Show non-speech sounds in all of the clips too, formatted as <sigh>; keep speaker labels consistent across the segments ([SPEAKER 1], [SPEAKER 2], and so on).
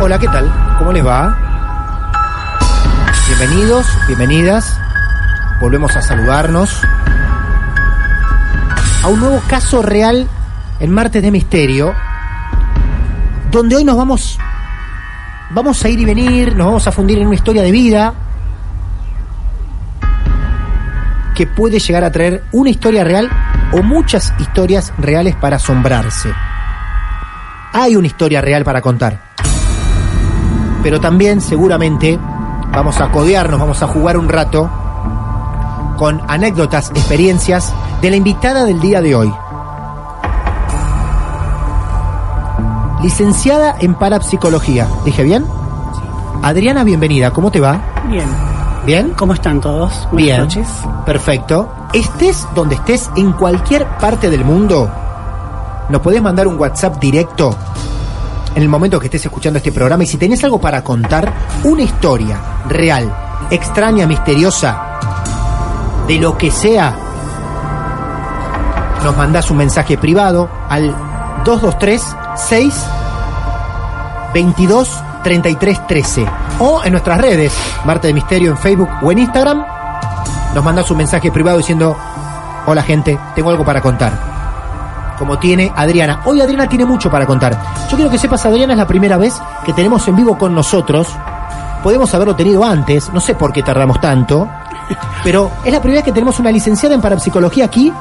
[SPEAKER 1] Hola, ¿qué tal? ¿Cómo les va? Bienvenidos, bienvenidas. Volvemos a saludarnos a un nuevo caso real en Martes de Misterio, donde hoy nos vamos vamos a ir y venir, nos vamos a fundir en una historia de vida que puede llegar a traer una historia real o muchas historias reales para asombrarse. Hay una historia real para contar pero también seguramente vamos a codearnos, vamos a jugar un rato con anécdotas, experiencias de la invitada del día de hoy. Licenciada en parapsicología, ¿dije bien? Adriana, bienvenida, ¿cómo te va?
[SPEAKER 2] Bien,
[SPEAKER 1] ¿Bien?
[SPEAKER 2] ¿cómo están todos? Buenas
[SPEAKER 1] Bien.
[SPEAKER 2] noches.
[SPEAKER 1] Perfecto. Estés donde estés, en cualquier parte del mundo, nos podés mandar un WhatsApp directo en el momento que estés escuchando este programa. Y si tenés algo para contar, una historia real, extraña, misteriosa, de lo que sea, nos mandás un mensaje privado al 223 6 22 33 13 o en nuestras redes, Marte de Misterio en Facebook o en Instagram, nos mandas un mensaje privado diciendo, hola gente, tengo algo para contar. Como tiene Adriana. Hoy Adriana tiene mucho para contar. Yo quiero que sepas, Adriana es la primera vez que tenemos en vivo con nosotros. Podemos haberlo tenido antes, no sé por qué tardamos tanto, <laughs> pero es la primera vez que tenemos una licenciada en parapsicología aquí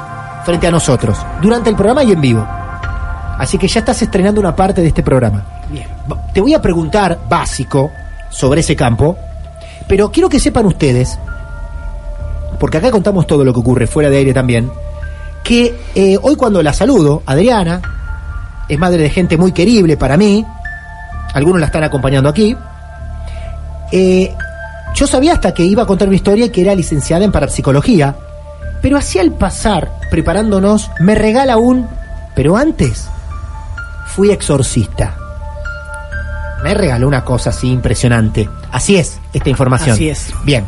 [SPEAKER 1] frente a nosotros, durante el programa y en vivo. Así que ya estás estrenando una parte de este programa.
[SPEAKER 2] Bien.
[SPEAKER 1] Ba- Te voy a preguntar básico sobre ese campo, pero quiero que sepan ustedes, porque acá contamos todo lo que ocurre fuera de aire también, que eh, hoy cuando la saludo, Adriana, es madre de gente muy querible para mí, algunos la están acompañando aquí, eh, yo sabía hasta que iba a contar una historia y que era licenciada en parapsicología, pero así al pasar, preparándonos, me regala un... Pero antes, fui exorcista. Me regaló una cosa así impresionante. Así es esta información.
[SPEAKER 2] Así es.
[SPEAKER 1] Bien.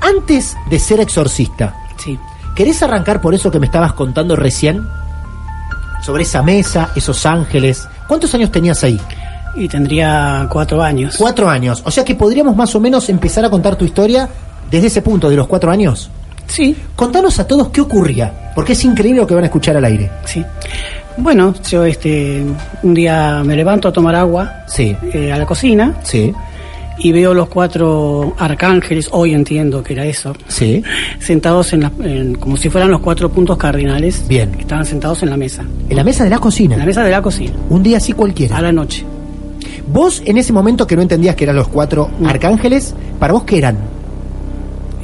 [SPEAKER 1] Antes de ser exorcista,
[SPEAKER 2] Sí.
[SPEAKER 1] ¿Querés arrancar por eso que me estabas contando recién? Sobre esa mesa, esos ángeles. ¿Cuántos años tenías ahí?
[SPEAKER 2] Y tendría cuatro años.
[SPEAKER 1] Cuatro años. O sea que podríamos más o menos empezar a contar tu historia desde ese punto, de los cuatro años.
[SPEAKER 2] Sí,
[SPEAKER 1] Contanos a todos qué ocurría, porque es increíble lo que van a escuchar al aire.
[SPEAKER 2] sí. Bueno, yo este un día me levanto a tomar agua
[SPEAKER 1] Sí,
[SPEAKER 2] eh, a la cocina
[SPEAKER 1] sí,
[SPEAKER 2] y veo los cuatro arcángeles, hoy entiendo que era eso,
[SPEAKER 1] sí.
[SPEAKER 2] sentados en, la- en- como si fueran los cuatro puntos cardinales.
[SPEAKER 1] Bien.
[SPEAKER 2] que Estaban sentados en la mesa,
[SPEAKER 1] En la mesa de la
[SPEAKER 2] en la
[SPEAKER 1] cocina.
[SPEAKER 2] mesa de la cocina,
[SPEAKER 1] Un día así
[SPEAKER 2] a
[SPEAKER 1] cualquiera.
[SPEAKER 2] la noche.
[SPEAKER 1] Vos en ese momento que no entendías que eran los cuatro
[SPEAKER 2] Mm.
[SPEAKER 1] arcángeles, ¿para vos qué eran?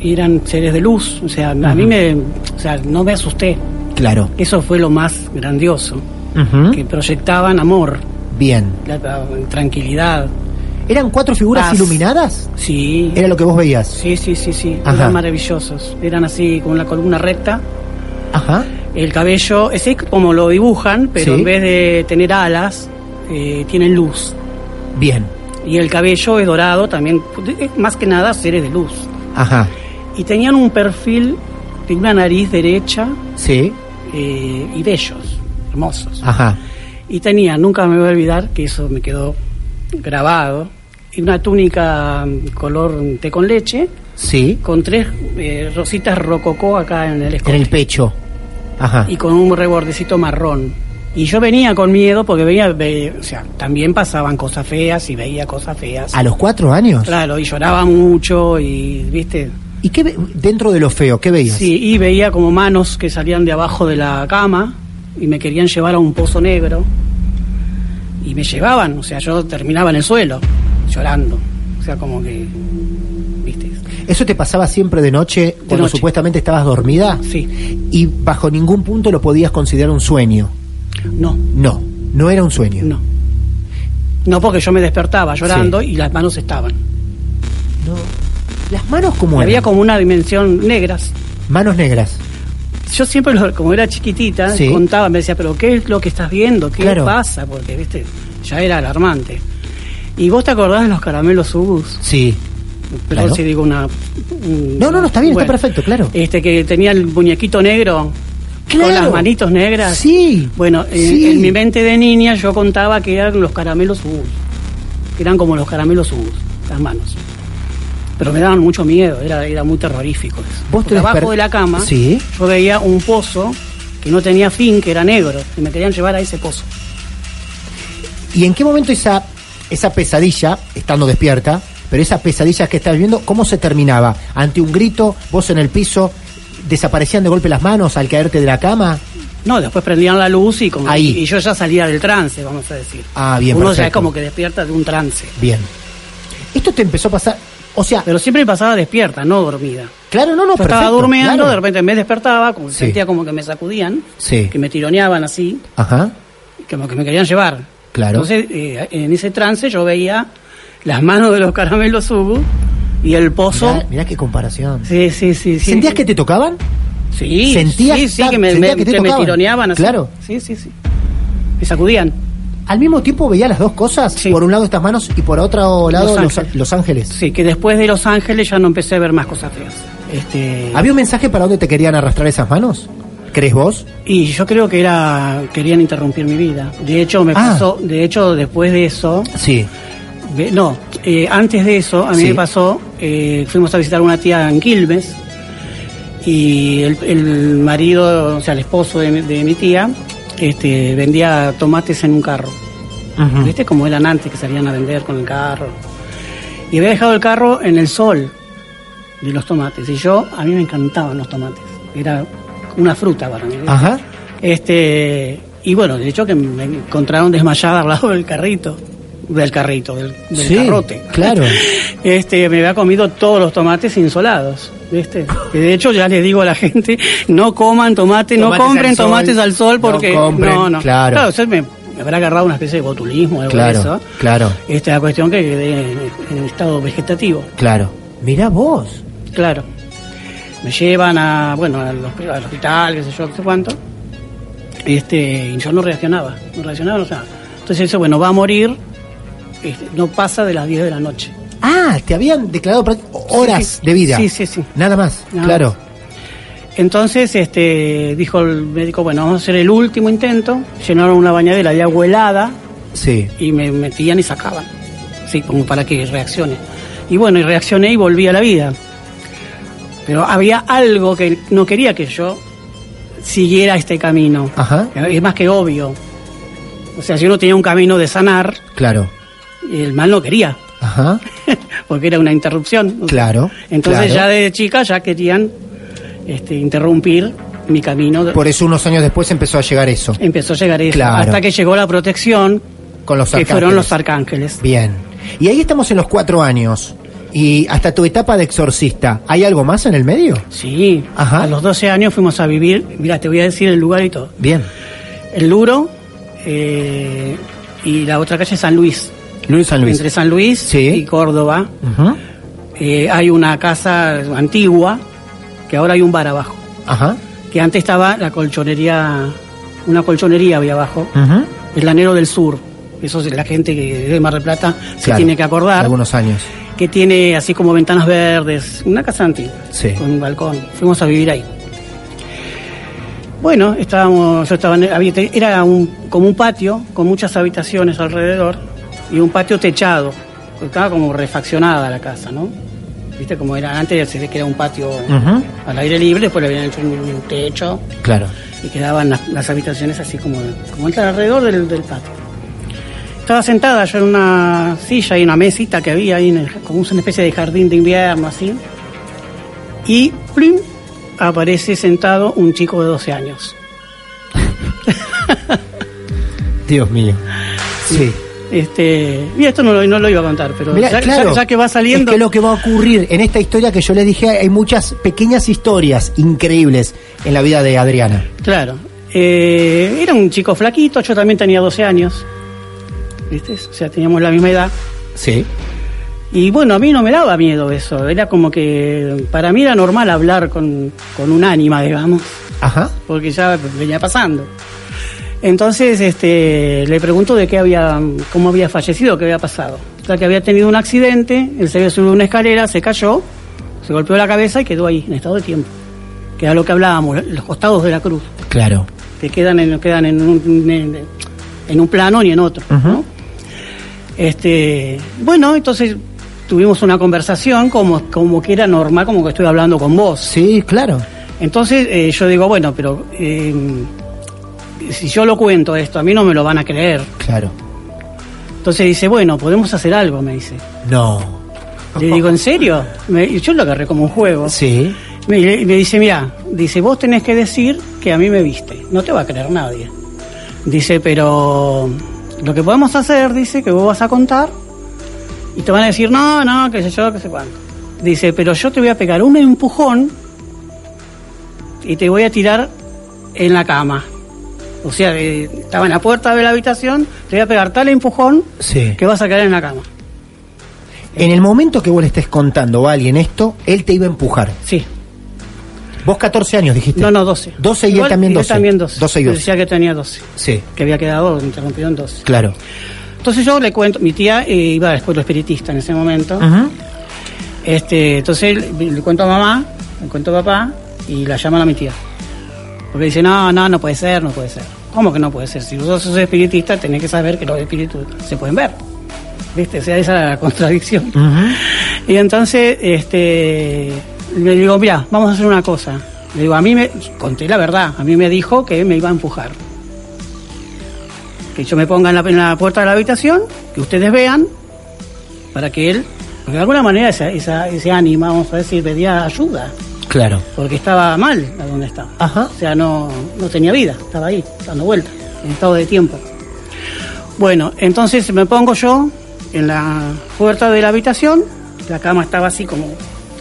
[SPEAKER 2] y eran seres de luz. O sea, a mí me, o sea, no me asusté.
[SPEAKER 1] Claro.
[SPEAKER 2] Eso fue lo más grandioso,
[SPEAKER 1] Ujú.
[SPEAKER 2] que proyectaban amor,
[SPEAKER 1] Bien.
[SPEAKER 2] la- la tranquilidad.
[SPEAKER 1] ¿Eran cuatro figuras
[SPEAKER 2] Paz.
[SPEAKER 1] iluminadas?
[SPEAKER 2] Sí,
[SPEAKER 1] Era lo que vos veías.
[SPEAKER 2] sí, sí, sí, sí.
[SPEAKER 1] Ajá.
[SPEAKER 2] Eran maravillosos. Eran así con la columna recta.
[SPEAKER 1] Ajá.
[SPEAKER 2] El cabello, es así como lo dibujan, pero
[SPEAKER 1] Sí.
[SPEAKER 2] en vez de tener alas, eh, tienen luz.
[SPEAKER 1] Bien.
[SPEAKER 2] Y el cabello es dorado también, eh, más que nada seres de luz.
[SPEAKER 1] Ajá.
[SPEAKER 2] Y tenían un perfil de una nariz derecha
[SPEAKER 1] Sí.
[SPEAKER 2] eh, y bellos, hermosos.
[SPEAKER 1] Ajá.
[SPEAKER 2] Y tenía, nunca me voy a olvidar, que eso me quedó grabado, una túnica mm, color té con leche,
[SPEAKER 1] Sí.
[SPEAKER 2] con tres eh, rositas rococó acá en el
[SPEAKER 1] En
[SPEAKER 2] escote
[SPEAKER 1] el pecho. Ajá.
[SPEAKER 2] y con un rebordecito marrón. Y yo venía con miedo porque veía, ve- o sea, también pasaban cosas feas y veía cosas feas.
[SPEAKER 1] ¿A los cuatro años?
[SPEAKER 2] Claro, y lloraba mucho y, viste,
[SPEAKER 1] ¿Y qué ve- dentro de lo feo? ¿Qué veías?
[SPEAKER 2] sí, y veía como manos que salían de abajo de la cama y me querían llevar a un pozo negro y me llevaban, o sea, yo terminaba en el suelo llorando, o sea, como que, viste,
[SPEAKER 1] ¿Eso te pasaba siempre de noche cuando
[SPEAKER 2] noche.
[SPEAKER 1] supuestamente estabas dormida?
[SPEAKER 2] sí,
[SPEAKER 1] Y bajo ningún punto lo podías considerar un sueño.
[SPEAKER 2] no,
[SPEAKER 1] No, no era un sueño.
[SPEAKER 2] no. No porque yo me despertaba llorando y las manos estaban.
[SPEAKER 1] No. Las manos como
[SPEAKER 2] Había como una dimensión negras.
[SPEAKER 1] manos negras.
[SPEAKER 2] Yo siempre, lo- como era chiquitita,
[SPEAKER 1] Sí.
[SPEAKER 2] contaba, me decía, pero ¿qué es lo que estás viendo? ¿Qué
[SPEAKER 1] Claro.
[SPEAKER 2] pasa? Porque, viste, ya era alarmante. ¿Y vos te acordás de los caramelos Ubus?
[SPEAKER 1] Sí.
[SPEAKER 2] Pero
[SPEAKER 1] Claro.
[SPEAKER 2] si digo una... un-
[SPEAKER 1] No, no, no, está bien, está perfecto, claro.
[SPEAKER 2] Este, que tenía el muñequito negro, con las manitos negras.
[SPEAKER 1] Sí.
[SPEAKER 2] Bueno, en-
[SPEAKER 1] Sí.
[SPEAKER 2] en mi mente de niña yo contaba que eran los caramelos Ubus. Que eran como los caramelos Ubus, las manos. Pero me daban mucho miedo, era, era muy terrorífico eso.
[SPEAKER 1] Vos te
[SPEAKER 2] Porque abajo
[SPEAKER 1] desper-
[SPEAKER 2] de la cama
[SPEAKER 1] Sí.
[SPEAKER 2] yo veía un pozo que no tenía fin, que era negro, y me querían llevar a ese pozo.
[SPEAKER 1] ¿Y en qué momento esa esa pesadilla, estando despierta, pero esa pesadilla que estás viendo, cómo se terminaba? Ante un grito, vos en el piso, desaparecían de golpe las manos al caerte de la cama.
[SPEAKER 2] No, después prendían la luz y, como,
[SPEAKER 1] Ahí.
[SPEAKER 2] y yo ya salía del trance, vamos a decir.
[SPEAKER 1] Ah, bien,
[SPEAKER 2] Uno ya
[SPEAKER 1] perfecto.
[SPEAKER 2] es como que despierta de un trance.
[SPEAKER 1] Bien. Esto te empezó a pasar, o sea,
[SPEAKER 2] Pero siempre me pasaba despierta, no dormida.
[SPEAKER 1] claro, no, no,
[SPEAKER 2] Yo estaba
[SPEAKER 1] perfecto,
[SPEAKER 2] durmiendo,
[SPEAKER 1] claro.
[SPEAKER 2] de repente me despertaba, como
[SPEAKER 1] Sí.
[SPEAKER 2] sentía como que me sacudían,
[SPEAKER 1] Sí.
[SPEAKER 2] que me tironeaban así,
[SPEAKER 1] Ajá.
[SPEAKER 2] como que me querían llevar.
[SPEAKER 1] Claro.
[SPEAKER 2] Entonces, eh, en ese trance yo veía las manos de los caramelos Ubu y el pozo.
[SPEAKER 1] Mirá, mirá qué comparación.
[SPEAKER 2] Sí, sí, sí, sí.
[SPEAKER 1] ¿Sentías que te tocaban?
[SPEAKER 2] Sí,
[SPEAKER 1] Sentías
[SPEAKER 2] sí, sí,
[SPEAKER 1] ta-
[SPEAKER 2] que me,
[SPEAKER 1] sentías
[SPEAKER 2] me-
[SPEAKER 1] que te
[SPEAKER 2] que me
[SPEAKER 1] tocaban.
[SPEAKER 2] tironeaban así.
[SPEAKER 1] Claro.
[SPEAKER 2] Sí, sí, sí. Me sacudían.
[SPEAKER 1] Al mismo tiempo veía las dos cosas,
[SPEAKER 2] Sí.
[SPEAKER 1] por un lado estas manos y por otro lado Los,
[SPEAKER 2] Los
[SPEAKER 1] los ángeles.
[SPEAKER 2] Ángeles. Sí, que después de Los Ángeles ya no empecé a ver más cosas feas. Este,
[SPEAKER 1] ¿Había un mensaje para dónde te querían arrastrar esas manos? ¿Crees vos?
[SPEAKER 2] y yo creo que era querían interrumpir mi vida. De hecho, me
[SPEAKER 1] Ah.
[SPEAKER 2] pasó, de hecho después de eso,
[SPEAKER 1] Sí.
[SPEAKER 2] de- no, eh, antes de eso a mí
[SPEAKER 1] Sí.
[SPEAKER 2] me pasó, eh, fuimos a visitar a una tía en Quilmes y el, el marido, o sea, el esposo de mi, de mi tía, este, vendía tomates en un carro.
[SPEAKER 1] Mm.
[SPEAKER 2] ¿Viste cómo eran antes que salían a vender con el carro? Y había dejado el carro en el sol de los tomates. Y yo, a mí me encantaban los tomates. Era una fruta para mí. ¿viste?
[SPEAKER 1] Ajá.
[SPEAKER 2] Este, y bueno, de hecho que me encontraron desmayada al lado del carrito. Del carrito, del, del
[SPEAKER 1] Sí,
[SPEAKER 2] carrote.
[SPEAKER 1] claro.
[SPEAKER 2] <laughs> Este, me había comido todos los tomates insolados. ¿Viste? Que de hecho ya les digo a la gente, no coman tomate,
[SPEAKER 1] Tomates
[SPEAKER 2] no
[SPEAKER 1] al
[SPEAKER 2] compren
[SPEAKER 1] sol,
[SPEAKER 2] tomates al sol
[SPEAKER 1] no
[SPEAKER 2] porque
[SPEAKER 1] compren,
[SPEAKER 2] no, no.
[SPEAKER 1] claro.
[SPEAKER 2] usted me, me habrá agarrado una especie de botulismo o algo de
[SPEAKER 1] Claro,
[SPEAKER 2] eso.
[SPEAKER 1] claro,
[SPEAKER 2] Esta es la cuestión que quedé en, en estado vegetativo,
[SPEAKER 1] claro. Mirá vos.
[SPEAKER 2] claro. Me llevan a, bueno, al, hosp- al hospital, qué sé yo, qué sé cuánto. Este, y yo no reaccionaba, no reaccionaba, no reaccionaba. Entonces eso, bueno, va a morir, este, no pasa de las 10 de la noche.
[SPEAKER 1] Ah, te habían declarado práct- horas
[SPEAKER 2] sí.
[SPEAKER 1] de vida.
[SPEAKER 2] Sí, sí, sí.
[SPEAKER 1] Nada más,
[SPEAKER 2] Nada
[SPEAKER 1] claro.
[SPEAKER 2] más. Entonces, este, dijo el médico, bueno, vamos a hacer el último intento. Llenaron una bañadera de agua helada
[SPEAKER 1] Sí.
[SPEAKER 2] y me metían y sacaban. Sí, como para que reaccione. Y bueno, y reaccioné y volví a la vida. Pero había algo que no quería que yo siguiera este camino.
[SPEAKER 1] Ajá.
[SPEAKER 2] Es más que obvio. O sea, si uno tenía un camino de sanar,
[SPEAKER 1] Claro.
[SPEAKER 2] el mal no quería, <laughs>
[SPEAKER 1] Ajá.
[SPEAKER 2] porque era una interrupción.
[SPEAKER 1] Claro,
[SPEAKER 2] Entonces
[SPEAKER 1] claro.
[SPEAKER 2] ya desde chica ya querían este, interrumpir mi camino.
[SPEAKER 1] Por eso unos años después empezó a llegar eso.
[SPEAKER 2] Empezó a llegar eso.
[SPEAKER 1] Claro.
[SPEAKER 2] Hasta que llegó la protección,
[SPEAKER 1] Con los
[SPEAKER 2] que fueron los
[SPEAKER 1] arcángeles.
[SPEAKER 2] arcángeles.
[SPEAKER 1] Bien. Y ahí estamos en los cuatro años. Y hasta tu etapa de exorcista, ¿hay algo más en el medio?
[SPEAKER 2] Sí,
[SPEAKER 1] Ajá.
[SPEAKER 2] a los 12 años fuimos a vivir, mira, te voy a decir el lugar y todo.
[SPEAKER 1] Bien.
[SPEAKER 2] El Luro eh, y la otra calle es San Luis.
[SPEAKER 1] Luis San Luis.
[SPEAKER 2] Entre San Luis
[SPEAKER 1] Sí.
[SPEAKER 2] y Córdoba
[SPEAKER 1] Ujú.
[SPEAKER 2] eh, hay una casa antigua que ahora hay un bar abajo.
[SPEAKER 1] Ajá.
[SPEAKER 2] Que antes estaba la colchonería, una colchonería había abajo,
[SPEAKER 1] Ujú.
[SPEAKER 2] el lanero del sur. Eso es la gente que es de Mar del Plata se
[SPEAKER 1] Claro,
[SPEAKER 2] tiene que acordar.
[SPEAKER 1] Algunos años.
[SPEAKER 2] que tiene así como ventanas verdes, una casa antigua,
[SPEAKER 1] Sí.
[SPEAKER 2] con un balcón. Fuimos a vivir ahí. Bueno, estábamos, yo estaba, en el- había- era un, como un patio con muchas habitaciones alrededor y un patio techado. Estaba como refaccionada la casa, ¿no? Viste como era antes, se ve que era un patio
[SPEAKER 1] Ujú.
[SPEAKER 2] al aire libre, después le habían hecho un, un techo
[SPEAKER 1] Claro.
[SPEAKER 2] y quedaban las, las habitaciones así como, como el- alrededor del, del patio. Estaba sentada yo en una silla y una mesita que había ahí, en el- como una especie de jardín de invierno así. Y ¡plim! aparece sentado un chico de 12 años.
[SPEAKER 1] Dios mío. Sí.
[SPEAKER 2] Este, y esto no, lo- no lo iba a contar, pero
[SPEAKER 1] Mirá,
[SPEAKER 2] ya, ya-
[SPEAKER 1] claro,
[SPEAKER 2] ya que va saliendo...
[SPEAKER 1] Es que lo que va a ocurrir en esta historia que yo les dije, hay muchas pequeñas historias increíbles en la vida de Adriana.
[SPEAKER 2] Claro. Eh, era un chico flaquito, yo también tenía 12 años. ¿Viste? O sea, teníamos la misma edad.
[SPEAKER 1] Sí.
[SPEAKER 2] Y bueno, a mí no me daba miedo eso. Era como que para mí era normal hablar con, con un ánima, digamos,
[SPEAKER 1] Ajá.
[SPEAKER 2] porque ya venía pasando. Entonces este, le pregunto de qué había, cómo había fallecido, qué había pasado. O sea, que había tenido un accidente, él se había subido a una escalera, se cayó, se golpeó la cabeza y quedó ahí, en estado de tiempo. Que era lo que hablábamos, los costados de la cruz
[SPEAKER 1] Claro.
[SPEAKER 2] que quedan en, quedan en, un, en, en un plano ni en otro. ¿no? este, bueno, entonces tuvimos una conversación como, como que era normal, como que estoy hablando con vos.
[SPEAKER 1] Sí, claro.
[SPEAKER 2] Entonces eh, yo digo, bueno, pero eh, si yo lo cuento esto, a mí no me lo van a creer.
[SPEAKER 1] Claro.
[SPEAKER 2] Entonces dice, bueno, podemos hacer algo, me dice.
[SPEAKER 1] No.
[SPEAKER 2] Le digo, ¿en serio? Me- y yo lo agarré como un juego.
[SPEAKER 1] Sí.
[SPEAKER 2] Me, me dice, mira, dice, vos tenés que decir que a mí me viste. No te va a creer nadie. Dice, pero lo que podemos hacer, dice, que vos vas a contar y te van a decir, no, no, qué sé yo, qué sé cuánto. Dice, pero yo te voy a pegar un empujón y te voy a tirar en la cama. O sea, eh, estaba en la puerta de la habitación, te voy a pegar tal empujón
[SPEAKER 1] Sí.
[SPEAKER 2] que vas a caer en la cama.
[SPEAKER 1] En el momento que vos le estés contando a alguien esto, él te iba a empujar.
[SPEAKER 2] Sí,
[SPEAKER 1] Vos 14 años dijiste.
[SPEAKER 2] no, no, 12.
[SPEAKER 1] 12 Este, y él
[SPEAKER 2] Igual,
[SPEAKER 1] también 12.
[SPEAKER 2] 12.
[SPEAKER 1] 12 y
[SPEAKER 2] Yo
[SPEAKER 1] 12.
[SPEAKER 2] Decía que tenía 12.
[SPEAKER 1] Sí,
[SPEAKER 2] que había quedado interrumpido en dos.
[SPEAKER 1] claro.
[SPEAKER 2] Entonces yo le cuento, mi tía eh, iba al pueblo espiritista en ese momento,
[SPEAKER 1] Ajá.
[SPEAKER 2] este, entonces le, le cuento a mamá, le cuento a papá y la llaman a mi tía. Porque dice, no, no, no puede ser, no puede ser. ¿Cómo que no puede ser? Si vos sos espiritista tenés que saber que los espíritus se pueden ver. ¿Viste? O sea, esa era la <laughs> contradicción. Y entonces, este, le digo, mira, vamos a hacer una cosa. Le digo, a mí me, conté la verdad, a mí me dijo que me iba a empujar. Que yo me ponga en la, en la puerta de la habitación, que ustedes vean, para que él, porque de alguna manera esa, esa- ese ánima, vamos a decir, pedía ayuda,
[SPEAKER 1] Claro.
[SPEAKER 2] porque estaba mal a donde estaba.
[SPEAKER 1] Ajá.
[SPEAKER 2] O sea, no, no tenía vida, estaba ahí, dando vueltas, en estado de tiempo. Bueno, entonces me pongo yo en la puerta de la habitación, la cama estaba así como,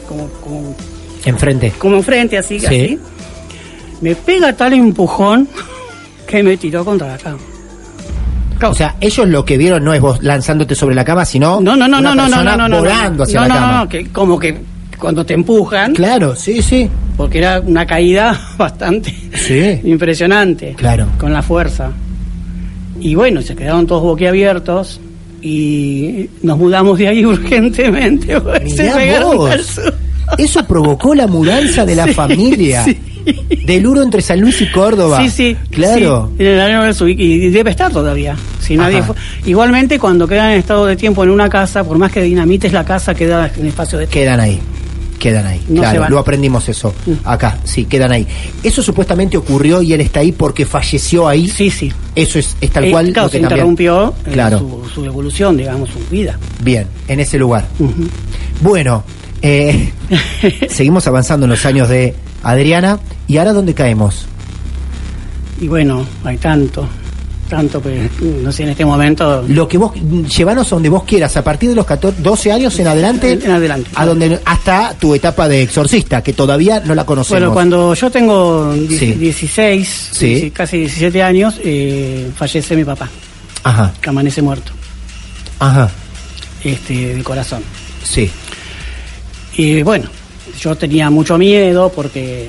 [SPEAKER 2] como, como,
[SPEAKER 1] Enfrente.
[SPEAKER 2] como enfrente, así,
[SPEAKER 1] Sí.
[SPEAKER 2] así. Me pega tal empujón <laughs> que me tiró contra la cama.
[SPEAKER 1] O sea, ellos lo que vieron no es vos lanzándote sobre la cama, sino
[SPEAKER 2] No, no, no,
[SPEAKER 1] una
[SPEAKER 2] no, no, no,
[SPEAKER 1] persona
[SPEAKER 2] no, no, no,
[SPEAKER 1] volando
[SPEAKER 2] no,
[SPEAKER 1] hacia
[SPEAKER 2] no,
[SPEAKER 1] la
[SPEAKER 2] no,
[SPEAKER 1] cama.
[SPEAKER 2] no, que como que cuando te empujan,
[SPEAKER 1] Claro, sí, sí.
[SPEAKER 2] porque era una caída <laughs> bastante
[SPEAKER 1] Sí.
[SPEAKER 2] impresionante.
[SPEAKER 1] Claro.
[SPEAKER 2] Con la fuerza. Y bueno, se quedaron todos boquiabiertos y nos mudamos de ahí <laughs> urgentemente. <laughs> porque se
[SPEAKER 1] Mirá
[SPEAKER 2] pegaron
[SPEAKER 1] vos.
[SPEAKER 2] al suelo.
[SPEAKER 1] Eso provocó la mudanza de la
[SPEAKER 2] Sí,
[SPEAKER 1] familia.
[SPEAKER 2] sí.
[SPEAKER 1] Del Uro entre San Luis y Córdoba.
[SPEAKER 2] Sí, sí.
[SPEAKER 1] Claro.
[SPEAKER 2] sí. En el año del Subic- y debe estar todavía. Si nadie
[SPEAKER 1] Ajá.
[SPEAKER 2] fue- Igualmente, cuando quedan en estado de tiempo en una casa, por más que dinamites la casa, queda en espacio de
[SPEAKER 1] Quedan ahí. Quedan ahí.
[SPEAKER 2] No se
[SPEAKER 1] claro,
[SPEAKER 2] van. Mm.
[SPEAKER 1] lo aprendimos eso. Acá, sí, quedan ahí. Eso supuestamente ocurrió y él está ahí porque falleció ahí.
[SPEAKER 2] Sí, sí.
[SPEAKER 1] Eso es, es tal
[SPEAKER 2] Eh,
[SPEAKER 1] cual
[SPEAKER 2] claro,
[SPEAKER 1] lo que
[SPEAKER 2] se
[SPEAKER 1] también-
[SPEAKER 2] interrumpió eh,
[SPEAKER 1] Claro.
[SPEAKER 2] su, su evolución, digamos, su vida.
[SPEAKER 1] Bien, en ese lugar.
[SPEAKER 2] Ujú.
[SPEAKER 1] Bueno,
[SPEAKER 2] <laughs>
[SPEAKER 1] eh, seguimos avanzando en los años de Adriana. ¿Y ahora dónde caemos?
[SPEAKER 2] Y bueno, hay tanto. tanto, pues, no sé, en este momento.
[SPEAKER 1] Lo que vos llevanos donde vos quieras, a partir de los 14, 12 años en adelante,
[SPEAKER 2] En adelante.
[SPEAKER 1] a donde hasta tu etapa de exorcista, que todavía no la conocemos.
[SPEAKER 2] Bueno, cuando yo tengo die-
[SPEAKER 1] Sí.
[SPEAKER 2] 16,
[SPEAKER 1] Sí.
[SPEAKER 2] dieci- casi 17 años, eh, fallece mi papá,
[SPEAKER 1] Ajá,
[SPEAKER 2] que amanece muerto,
[SPEAKER 1] ajá,
[SPEAKER 2] este, de corazón.
[SPEAKER 1] sí,
[SPEAKER 2] Y bueno, yo tenía mucho miedo porque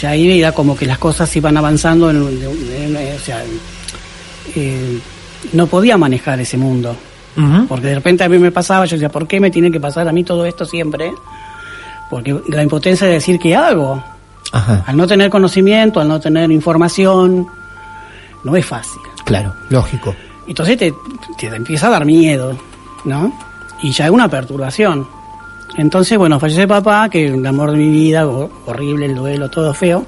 [SPEAKER 2] ya ahí era como que las cosas iban avanzando, en, un- de un- en- eh, o sea, eh, no podía manejar ese mundo.
[SPEAKER 1] Ujú.
[SPEAKER 2] Porque de repente a mí me pasaba, yo decía, ¿por qué me tiene que pasar a mí todo esto siempre? Porque la impotencia de decir, ¿qué hago?
[SPEAKER 1] ajá,
[SPEAKER 2] Al no tener conocimiento, al no tener información, no es fácil.
[SPEAKER 1] claro, lógico.
[SPEAKER 2] Entonces te, te empieza a dar miedo, ¿no? Y ya es una perturbación. Entonces, bueno, fallece papá, que el amor de mi vida, ho- horrible el duelo, todo feo.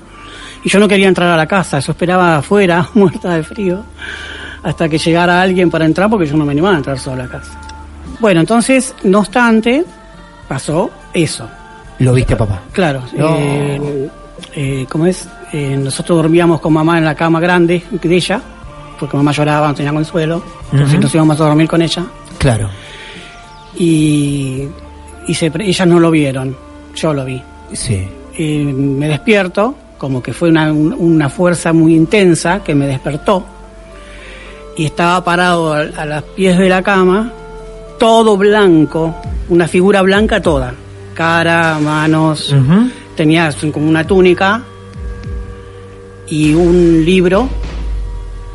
[SPEAKER 2] Y yo no quería entrar a la casa, yo esperaba afuera, <laughs> muerta de frío, hasta que llegara alguien para entrar, porque yo no me animaba a entrar sola a la casa. Bueno, entonces, no obstante, pasó eso.
[SPEAKER 1] Lo viste, a papá.
[SPEAKER 2] Claro.
[SPEAKER 1] No.
[SPEAKER 2] eh, eh, ¿Cómo es? Eh, nosotros dormíamos con mamá en la cama grande de ella, porque mamá lloraba, no tenía consuelo. Entonces
[SPEAKER 1] Ujú.
[SPEAKER 2] nos íbamos a dormir con ella.
[SPEAKER 1] Claro.
[SPEAKER 2] Y, y se pre- ellas no lo vieron, yo lo vi.
[SPEAKER 1] Sí.
[SPEAKER 2] Eh, me despierto, como que fue una, un- una fuerza muy intensa que me despertó. Y estaba parado a, a los pies de la cama, todo blanco, una figura blanca toda. Cara, manos,
[SPEAKER 1] Ujú.
[SPEAKER 2] tenía su- como una túnica y un libro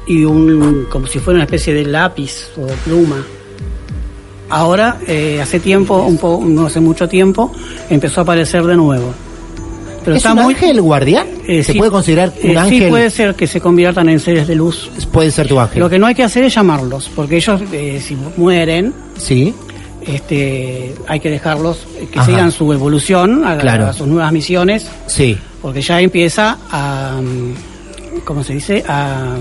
[SPEAKER 2] y un como si fuera una especie de lápiz o pluma. Ahora, eh, hace tiempo, un po- no hace mucho tiempo, empezó a aparecer de nuevo. Pero
[SPEAKER 1] ¿Es un ángel guardián?
[SPEAKER 2] eh,
[SPEAKER 1] ¿Se
[SPEAKER 2] sí,
[SPEAKER 1] puede considerar
[SPEAKER 2] eh,
[SPEAKER 1] un ángel?
[SPEAKER 2] Sí, puede ser que se conviertan en seres de luz.
[SPEAKER 1] Puede ser tu ángel.
[SPEAKER 2] Lo que no hay que hacer es llamarlos, porque ellos, eh, si mueren,
[SPEAKER 1] Sí,
[SPEAKER 2] este, hay que dejarlos eh, que
[SPEAKER 1] Ajá.
[SPEAKER 2] sigan su evolución a-
[SPEAKER 1] Claro.
[SPEAKER 2] a sus nuevas misiones
[SPEAKER 1] sí.
[SPEAKER 2] porque ya empieza a, mm, ¿cómo se dice? A,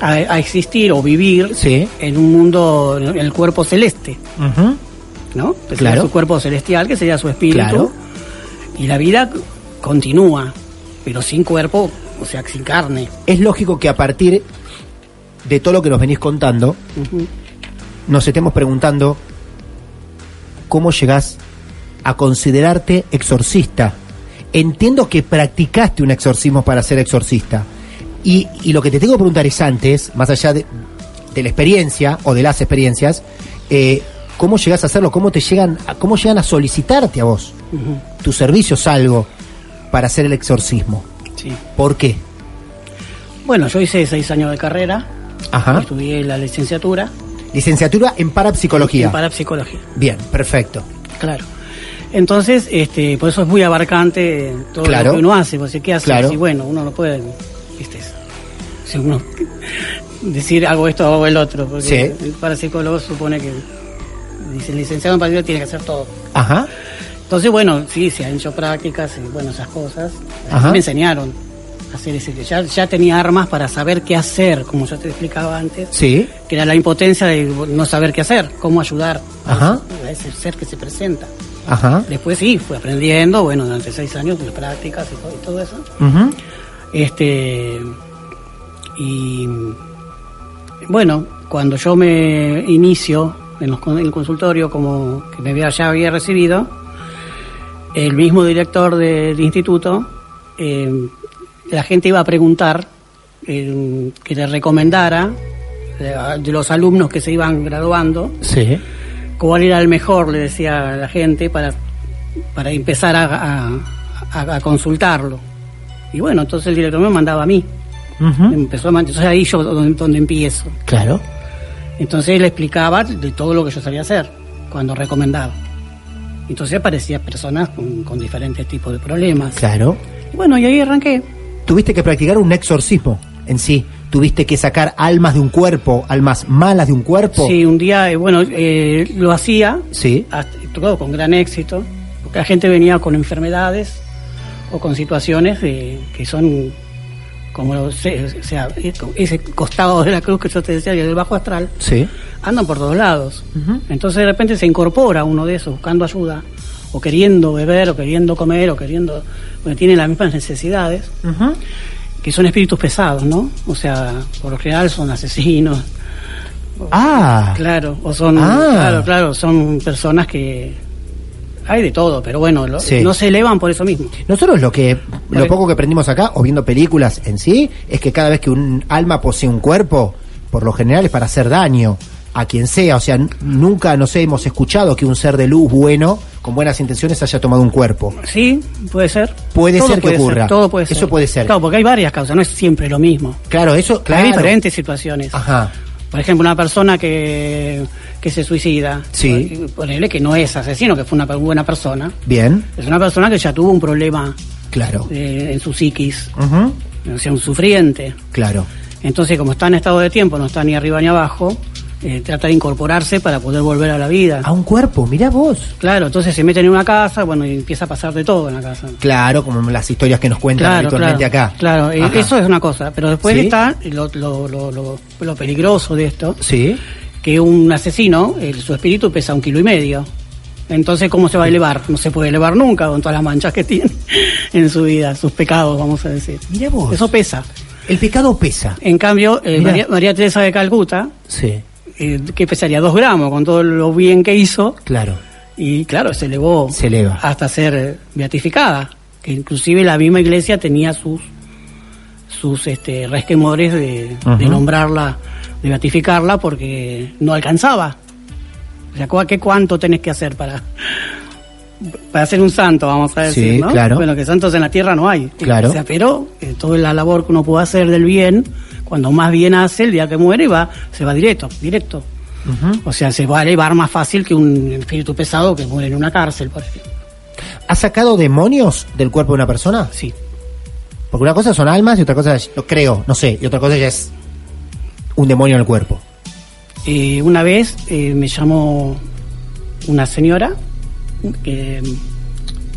[SPEAKER 2] a- a existir o vivir
[SPEAKER 1] Sí.
[SPEAKER 2] en un mundo, en el cuerpo celeste,
[SPEAKER 1] Ujú.
[SPEAKER 2] ¿no? Que sería
[SPEAKER 1] Claro.
[SPEAKER 2] Su cuerpo celestial, que sería su espíritu.
[SPEAKER 1] Claro.
[SPEAKER 2] Y la vida continúa, pero sin cuerpo, o sea, sin carne.
[SPEAKER 1] Es lógico que a partir de todo lo que nos venís contando, nos estemos preguntando cómo llegás a considerarte exorcista. Entiendo que practicaste un exorcismo para ser exorcista. Y, y lo que te tengo que preguntar es antes, más allá de, de la experiencia o de las experiencias, eh, ¿cómo llegás a hacerlo? ¿Cómo te llegan a, cómo llegan a solicitarte a vos tus servicios algo para hacer el exorcismo?
[SPEAKER 2] Sí.
[SPEAKER 1] ¿Por qué?
[SPEAKER 2] Bueno, yo hice seis años de carrera,
[SPEAKER 1] Ajá.
[SPEAKER 2] estudié la licenciatura
[SPEAKER 1] Licenciatura en parapsicología.
[SPEAKER 2] en parapsicología.
[SPEAKER 1] Bien, perfecto.
[SPEAKER 2] Claro. Entonces, este, por eso es muy abarcante todo
[SPEAKER 1] Claro.
[SPEAKER 2] lo que uno hace, porque ¿qué hace?
[SPEAKER 1] Claro.
[SPEAKER 2] Y bueno, uno no puede, viste, si uno <laughs> decir hago esto hago el otro, porque
[SPEAKER 1] Sí.
[SPEAKER 2] el parapsicólogo supone que dice licenciado en partido tiene que hacer todo.
[SPEAKER 1] Ajá.
[SPEAKER 2] Entonces, bueno, sí, se han hecho prácticas y bueno, esas cosas. A
[SPEAKER 1] Ajá.
[SPEAKER 2] mí Me enseñaron a hacer ese, ya, ya tenía armas para saber qué hacer, como yo te explicaba antes,
[SPEAKER 1] Sí.
[SPEAKER 2] que era la impotencia de no saber qué hacer, cómo ayudar a
[SPEAKER 1] Ajá.
[SPEAKER 2] ese- a ese ser que se presenta.
[SPEAKER 1] Ajá.
[SPEAKER 2] Después sí, fui aprendiendo, bueno, durante seis años de prácticas y todo, y todo eso.
[SPEAKER 1] Ujú.
[SPEAKER 2] Este, y bueno, cuando yo me inicio en, los con- en el consultorio, como que me había, ya había recibido, el mismo director del instituto, eh, la gente iba a preguntar eh, que le recomendara eh, a- de los alumnos que se iban graduando
[SPEAKER 1] Sí.
[SPEAKER 2] cuál era el mejor, le decía a la gente, para, para empezar a, a- a- a consultarlo. Y bueno, entonces el director me mandaba a mí.
[SPEAKER 1] Ujú.
[SPEAKER 2] Empezó a mand- entonces ahí yo donde, donde empiezo.
[SPEAKER 1] Claro.
[SPEAKER 2] Entonces le explicaba de todo lo que yo sabía hacer, cuando recomendaba. Entonces aparecían personas con, con diferentes tipos de problemas.
[SPEAKER 1] Claro.
[SPEAKER 2] Y bueno, y ahí arranqué.
[SPEAKER 1] Tuviste que practicar un exorcismo en sí. Tuviste que sacar almas de un cuerpo, almas malas de un cuerpo.
[SPEAKER 2] Sí, un día, eh, bueno, eh, lo hacía,
[SPEAKER 1] Sí.
[SPEAKER 2] hasta- todo con gran éxito, porque la gente venía con enfermedades o con situaciones de- que son como los- se- o sea, ese costado de la cruz que yo te decía, y el bajo astral,
[SPEAKER 1] Sí.
[SPEAKER 2] andan por todos lados. Entonces de repente se incorpora uno de esos buscando ayuda, o queriendo beber, o queriendo comer, o queriendo, porque tiene las mismas necesidades. que son espíritus pesados, ¿no? O sea, por lo general son asesinos,
[SPEAKER 1] Ah,
[SPEAKER 2] claro, o son,
[SPEAKER 1] Ah.
[SPEAKER 2] claro, claro, son personas que hay de todo, pero bueno, lo-
[SPEAKER 1] Sí.
[SPEAKER 2] no se elevan por eso mismo.
[SPEAKER 1] Nosotros lo que lo poco que aprendimos acá o viendo películas en sí es que cada vez que un alma posee un cuerpo, por lo general es para hacer daño a quien sea, o sea, n- nunca no sé, hemos escuchado que un ser de luz bueno con buenas intenciones haya tomado un cuerpo.
[SPEAKER 2] Sí, puede ser.
[SPEAKER 1] Puede
[SPEAKER 2] Todo
[SPEAKER 1] ser que ocurra.
[SPEAKER 2] todo puede ser.
[SPEAKER 1] Eso puede ser.
[SPEAKER 2] Claro, porque hay varias causas, no es siempre lo mismo.
[SPEAKER 1] Claro, eso claro. Ah.
[SPEAKER 2] Hay diferentes situaciones.
[SPEAKER 1] Ajá.
[SPEAKER 2] Por ejemplo, una persona que, que se suicida,
[SPEAKER 1] Sí.
[SPEAKER 2] pon- ponele que no es asesino, que fue una pe- buena persona,
[SPEAKER 1] Bien.
[SPEAKER 2] es una persona que ya tuvo un problema
[SPEAKER 1] Claro.
[SPEAKER 2] eh, en su psiquis,
[SPEAKER 1] Ujú,
[SPEAKER 2] o sea, un sufriente.
[SPEAKER 1] Claro.
[SPEAKER 2] Entonces, como está en estado de tiempo, no está ni arriba ni abajo, eh, trata de incorporarse para poder volver a la vida.
[SPEAKER 1] A un cuerpo, mira vos.
[SPEAKER 2] Claro, entonces se meten en una casa, bueno, y empieza a pasar de todo en la casa.
[SPEAKER 1] Claro, como las historias que nos cuentan habitualmente
[SPEAKER 2] claro,
[SPEAKER 1] acá.
[SPEAKER 2] Claro, eh,
[SPEAKER 1] Ajá.
[SPEAKER 2] eso es una cosa. Pero después
[SPEAKER 1] Sí.
[SPEAKER 2] está lo, lo- lo- lo- lo peligroso de esto,
[SPEAKER 1] Sí.
[SPEAKER 2] que un asesino, el- su espíritu pesa un kilo y medio. Entonces, ¿cómo se va a elevar? No se puede elevar nunca con todas las manchas que <laughs> tiene en su vida, sus pecados, vamos a decir.
[SPEAKER 1] Mira vos.
[SPEAKER 2] Eso pesa.
[SPEAKER 1] El pecado pesa.
[SPEAKER 2] En cambio, eh,
[SPEAKER 1] Mirá.
[SPEAKER 2] María, María Teresa de Calcuta,
[SPEAKER 1] Sí.
[SPEAKER 2] eh, que pesaría dos gramos con todo lo bien que hizo,
[SPEAKER 1] Claro.
[SPEAKER 2] y claro, se elevó
[SPEAKER 1] Se eleva.
[SPEAKER 2] hasta ser eh, beatificada, que inclusive la misma iglesia tenía sus sus este, resquemores de,
[SPEAKER 1] Ajá.
[SPEAKER 2] de nombrarla, de beatificarla, porque no alcanzaba. O sea, ¿cu- ¿qué cuánto tenés que hacer para, para ser un santo, vamos a decir?
[SPEAKER 1] Sí,
[SPEAKER 2] ¿no?
[SPEAKER 1] claro.
[SPEAKER 2] Bueno, que santos en la tierra no hay.
[SPEAKER 1] Claro.
[SPEAKER 2] O sea, pero eh, toda la labor que uno puede hacer del bien, cuando más bien hace, el día que muere va, se va directo, directo. O sea, se va a elevar más fácil que un espíritu pesado que muere en una cárcel, por ejemplo.
[SPEAKER 1] ¿Ha sacado demonios del cuerpo de una persona?
[SPEAKER 2] Sí.
[SPEAKER 1] Porque una cosa son almas y otra cosa es, lo creo, no sé, y otra cosa ya es un demonio en el cuerpo.
[SPEAKER 2] Eh, una vez eh, me llamó una señora que,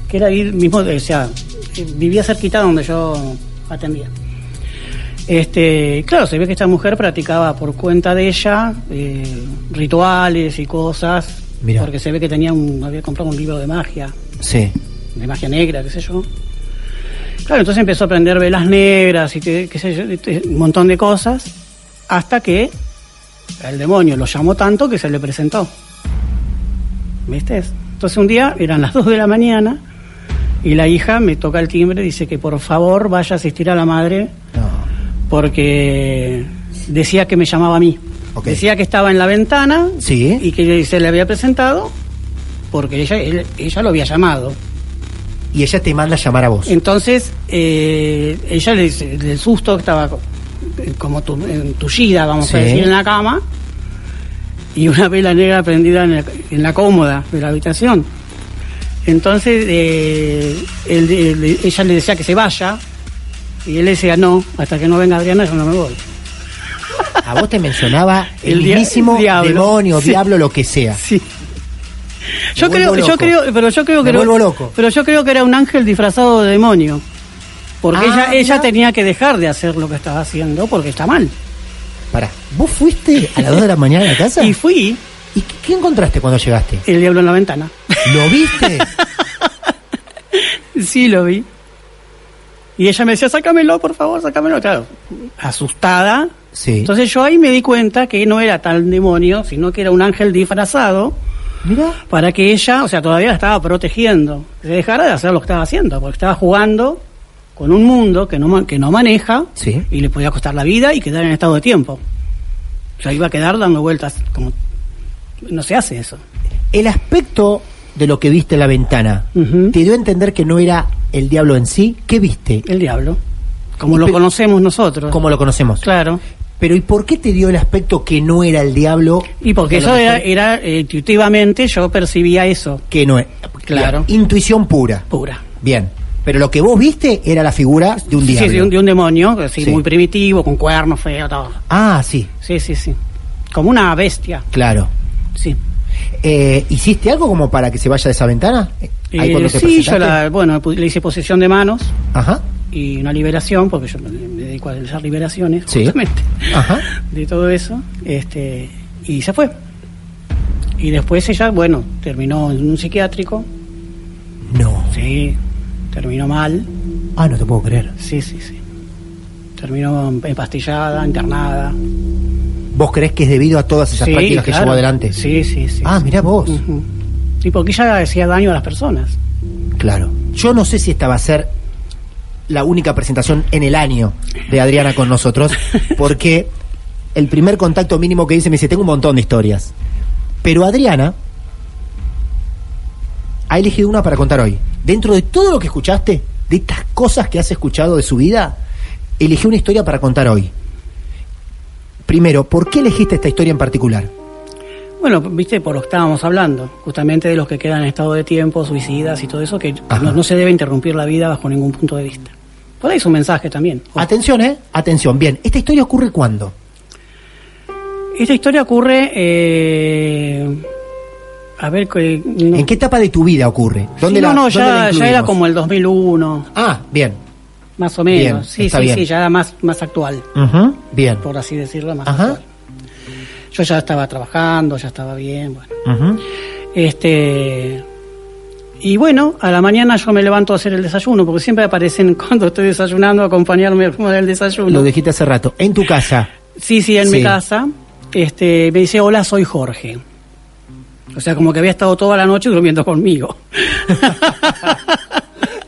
[SPEAKER 2] que era ahí mismo, o sea, vivía cerquita donde yo atendía. Este, claro, se ve que esta mujer practicaba por cuenta de ella eh, rituales y cosas,
[SPEAKER 1] Mirá.
[SPEAKER 2] porque se ve que tenía un, había comprado un libro de magia.
[SPEAKER 1] Sí.
[SPEAKER 2] de magia negra, qué sé yo. Claro, entonces empezó a aprender velas negras y qué, qué sé yo, este, un montón de cosas, hasta que el demonio lo llamó tanto que se le presentó. ¿Viste? Entonces un día eran las 2 de la mañana y la hija me toca el timbre, dice que por favor vaya a asistir a la madre
[SPEAKER 1] No.
[SPEAKER 2] porque decía que me llamaba a mí.
[SPEAKER 1] Ok.
[SPEAKER 2] Decía que estaba en la ventana
[SPEAKER 1] Sí.
[SPEAKER 2] y que se le había presentado porque ella, él- ella lo había llamado.
[SPEAKER 1] Y ella te manda a llamar a vos.
[SPEAKER 2] Entonces, eh, ella le dice, del susto estaba co- eh, como tu, en- tullida, vamos
[SPEAKER 1] Sí.
[SPEAKER 2] a decir, en la cama, y una vela negra prendida en, el- en la cómoda de la habitación. Entonces, eh, él- él- ella le decía que se vaya, y él le decía, no, hasta que no venga Adriana yo no me voy.
[SPEAKER 1] A vos te mencionaba el,
[SPEAKER 2] <laughs> El dia-
[SPEAKER 1] mismísimo
[SPEAKER 2] el diablo.
[SPEAKER 1] demonio,
[SPEAKER 2] Sí.
[SPEAKER 1] diablo, lo que sea.
[SPEAKER 2] Sí. Yo
[SPEAKER 1] vuelvo
[SPEAKER 2] creo, yo
[SPEAKER 1] loco.
[SPEAKER 2] creo, pero yo creo que
[SPEAKER 1] Me
[SPEAKER 2] era-
[SPEAKER 1] vuelvo loco.
[SPEAKER 2] pero yo creo que era un ángel disfrazado de demonio. Porque
[SPEAKER 1] Ah,
[SPEAKER 2] ella, ella
[SPEAKER 1] mirá.
[SPEAKER 2] tenía que dejar de hacer lo que estaba haciendo porque está mal.
[SPEAKER 1] Pará, ¿vos fuiste a las 2 de la mañana a la casa?
[SPEAKER 2] <laughs> Y fui
[SPEAKER 1] ¿Y qué, qué encontraste cuando llegaste?
[SPEAKER 2] el diablo en la ventana. <laughs>
[SPEAKER 1] ¿Lo viste?
[SPEAKER 2] Sí, lo vi. Y ella me decía, sácamelo, por favor, sácamelo. Claro, asustada.
[SPEAKER 1] Sí.
[SPEAKER 2] Entonces yo ahí me di cuenta que no era tal demonio, sino que era un ángel disfrazado
[SPEAKER 1] Mira.
[SPEAKER 2] para que ella, o sea, todavía la estaba protegiendo, que se dejara de hacer lo que estaba haciendo, porque estaba jugando con un mundo que no, ma- que no maneja
[SPEAKER 1] Sí.
[SPEAKER 2] y le podía costar la vida y quedar en estado de tiempo. O sea, iba a quedar dando vueltas, como no se hace eso.
[SPEAKER 1] El aspecto de lo que viste en la ventana
[SPEAKER 2] Ujú.
[SPEAKER 1] te dio a entender que no era el diablo en sí. ¿Qué viste?
[SPEAKER 2] El diablo, como lo
[SPEAKER 1] pe-
[SPEAKER 2] conocemos nosotros.
[SPEAKER 1] Como lo conocemos.
[SPEAKER 2] Claro.
[SPEAKER 1] Pero ¿y por qué te dio el aspecto que no era el diablo?
[SPEAKER 2] Y porque
[SPEAKER 1] De lo
[SPEAKER 2] eso
[SPEAKER 1] que
[SPEAKER 2] era,
[SPEAKER 1] fue?
[SPEAKER 2] era, eh, intuitivamente yo percibía eso,
[SPEAKER 1] que no es.
[SPEAKER 2] Claro.
[SPEAKER 1] Bien, Intuición pura.
[SPEAKER 2] pura.
[SPEAKER 1] Bien. Pero lo que vos viste era la figura de un
[SPEAKER 2] Sí,
[SPEAKER 1] diablo.
[SPEAKER 2] sí, de un, de un demonio, así,
[SPEAKER 1] Sí.
[SPEAKER 2] muy primitivo, con cuernos, feo, todo.
[SPEAKER 1] Ah, sí,
[SPEAKER 2] Sí, sí, sí. Como una bestia,
[SPEAKER 1] claro.
[SPEAKER 2] sí.
[SPEAKER 1] Eh, ¿Hiciste algo como para que se vaya de esa ventana? Eh,
[SPEAKER 2] Eh,
[SPEAKER 1] cuando te
[SPEAKER 2] sí, yo
[SPEAKER 1] presentaste.
[SPEAKER 2] la, bueno, pu- le hice posesión de manos
[SPEAKER 1] Ajá,
[SPEAKER 2] y una liberación, porque yo me me dedico a realizar liberaciones,
[SPEAKER 1] Sí.
[SPEAKER 2] justamente, <laughs>
[SPEAKER 1] ajá.
[SPEAKER 2] de todo eso, este, y se fue. Y después ella, bueno, terminó en un psiquiátrico,
[SPEAKER 1] No.
[SPEAKER 2] sí, terminó mal,
[SPEAKER 1] Ah, no te puedo creer.
[SPEAKER 2] sí, sí, sí. Terminó empastillada, internada.
[SPEAKER 1] ¿Vos creés que es debido a todas esas
[SPEAKER 2] Sí,
[SPEAKER 1] prácticas que
[SPEAKER 2] claro.
[SPEAKER 1] llevó adelante?
[SPEAKER 2] Sí, sí, sí.
[SPEAKER 1] Ah,
[SPEAKER 2] sí. Mm.
[SPEAKER 1] mirá vos.
[SPEAKER 2] Ujú. Y porque ella hacía daño a las personas.
[SPEAKER 1] Claro. Yo no sé si esta va a ser la única presentación en el año de Adriana con nosotros, porque el primer contacto mínimo que hice me dice, tengo un montón de historias. Pero Adriana ha elegido una para contar hoy. Dentro de todo lo que escuchaste, de estas cosas que has escuchado de su vida, eligió una historia para contar hoy. Primero, ¿por qué elegiste esta historia en particular?
[SPEAKER 2] Bueno, viste, por lo que estábamos hablando, justamente de los que quedan en estado de tiempo, suicidas y todo eso, que
[SPEAKER 1] Ajá.
[SPEAKER 2] no, no se debe interrumpir la vida bajo ningún punto de vista. Por ahí es un mensaje también.
[SPEAKER 1] Atención, ¿eh? Atención. Bien, ¿esta historia ocurre cuándo?
[SPEAKER 2] Esta historia ocurre. eh, a ver. que- no.
[SPEAKER 1] ¿En qué etapa de tu vida ocurre? ¿Dónde
[SPEAKER 2] Sí,
[SPEAKER 1] la-
[SPEAKER 2] no, no,
[SPEAKER 1] dónde
[SPEAKER 2] ya,
[SPEAKER 1] la
[SPEAKER 2] ya era
[SPEAKER 1] incluimos?
[SPEAKER 2] como el 2001,
[SPEAKER 1] Ah, bien.
[SPEAKER 2] más o menos.
[SPEAKER 1] Bien,
[SPEAKER 2] sí,
[SPEAKER 1] está
[SPEAKER 2] sí,
[SPEAKER 1] bien.
[SPEAKER 2] sí, ya era más, más actual,
[SPEAKER 1] Ujú, Bien.
[SPEAKER 2] por así decirlo, más
[SPEAKER 1] Ajá.
[SPEAKER 2] actual. Yo ya estaba trabajando, ya estaba bien, bueno.
[SPEAKER 1] Ujú.
[SPEAKER 2] Este. Y bueno, a la mañana yo me levanto a hacer el desayuno, porque siempre aparecen <laughs> cuando estoy desayunando a acompañarme a fumar el desayuno.
[SPEAKER 1] Lo dijiste hace rato. En tu
[SPEAKER 2] <laughs>
[SPEAKER 1] casa.
[SPEAKER 2] Sí, sí, en
[SPEAKER 1] Sí.
[SPEAKER 2] mi casa. Este, me dice, hola, soy Jorge. O sea, como que había estado toda la noche durmiendo conmigo.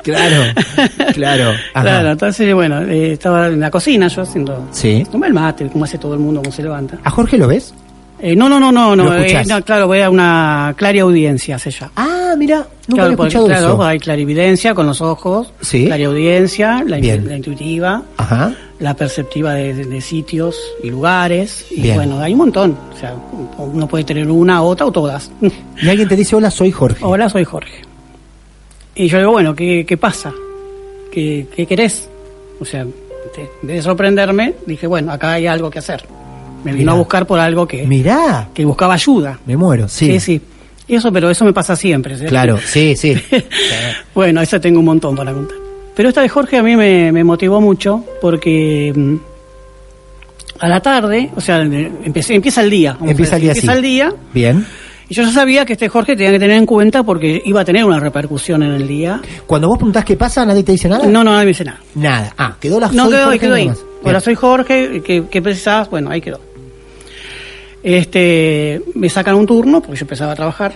[SPEAKER 1] Claro, <laughs> claro. Ajá.
[SPEAKER 2] Claro, entonces, bueno, eh, estaba en la cocina yo haciendo...
[SPEAKER 1] Sí.
[SPEAKER 2] Tomé el mate, como hace todo el mundo, como se levanta.
[SPEAKER 1] ¿A Jorge lo ves?
[SPEAKER 2] Eh, no, no, no, no,
[SPEAKER 1] ¿Lo
[SPEAKER 2] no, eh,
[SPEAKER 1] escuchás?
[SPEAKER 2] no, claro, voy a una clara audiencia, hace ya.
[SPEAKER 1] Ah, mira, nunca
[SPEAKER 2] claro,
[SPEAKER 1] había
[SPEAKER 2] porque,
[SPEAKER 1] escuchado
[SPEAKER 2] claro,
[SPEAKER 1] eso.
[SPEAKER 2] hay clarividencia con los ojos,
[SPEAKER 1] Sí.
[SPEAKER 2] clariaudiencia, la, in-
[SPEAKER 1] Bien.
[SPEAKER 2] la intuitiva,
[SPEAKER 1] Ajá.
[SPEAKER 2] la perceptiva de, de- de sitios y lugares, y
[SPEAKER 1] Bien.
[SPEAKER 2] bueno, hay un montón. O sea, uno puede tener una, otra o todas.
[SPEAKER 1] Y alguien te dice, hola, soy Jorge.
[SPEAKER 2] <laughs> Hola, soy Jorge. Y yo digo, bueno, ¿qué, qué pasa? ¿Qué, qué querés? O sea, te- en vez de sorprenderme, dije, bueno, acá hay algo que hacer. Me vino
[SPEAKER 1] Mirá.
[SPEAKER 2] a buscar por algo que,
[SPEAKER 1] Mirá.
[SPEAKER 2] que buscaba ayuda.
[SPEAKER 1] Me muero, sí.
[SPEAKER 2] sí. Eso, pero eso me pasa siempre. ¿sí?
[SPEAKER 1] Claro, sí, sí.
[SPEAKER 2] <laughs> bueno, eso tengo un montón para contar. Pero esta de Jorge a mí me, me motivó mucho porque mm, a la tarde, o sea, empecé- empieza el día. vamos a
[SPEAKER 1] Empieza el
[SPEAKER 2] decir,
[SPEAKER 1] día así.
[SPEAKER 2] Empieza el día.
[SPEAKER 1] Bien.
[SPEAKER 2] Y yo ya sabía que este Jorge tenía que tener en cuenta porque iba a tener una repercusión en el día.
[SPEAKER 1] Cuando vos preguntás qué pasa, nadie te dice nada.
[SPEAKER 2] No, no, nadie me dice nada.
[SPEAKER 1] Nada. Ah, quedó la soy
[SPEAKER 2] No quedó ahí,
[SPEAKER 1] Jorge
[SPEAKER 2] quedó ahí.
[SPEAKER 1] nada más. Bien.
[SPEAKER 2] Ahora soy Jorge, ¿qué, qué pensás? Bueno, ahí quedó. Este, me sacan un turno, porque yo empezaba a trabajar,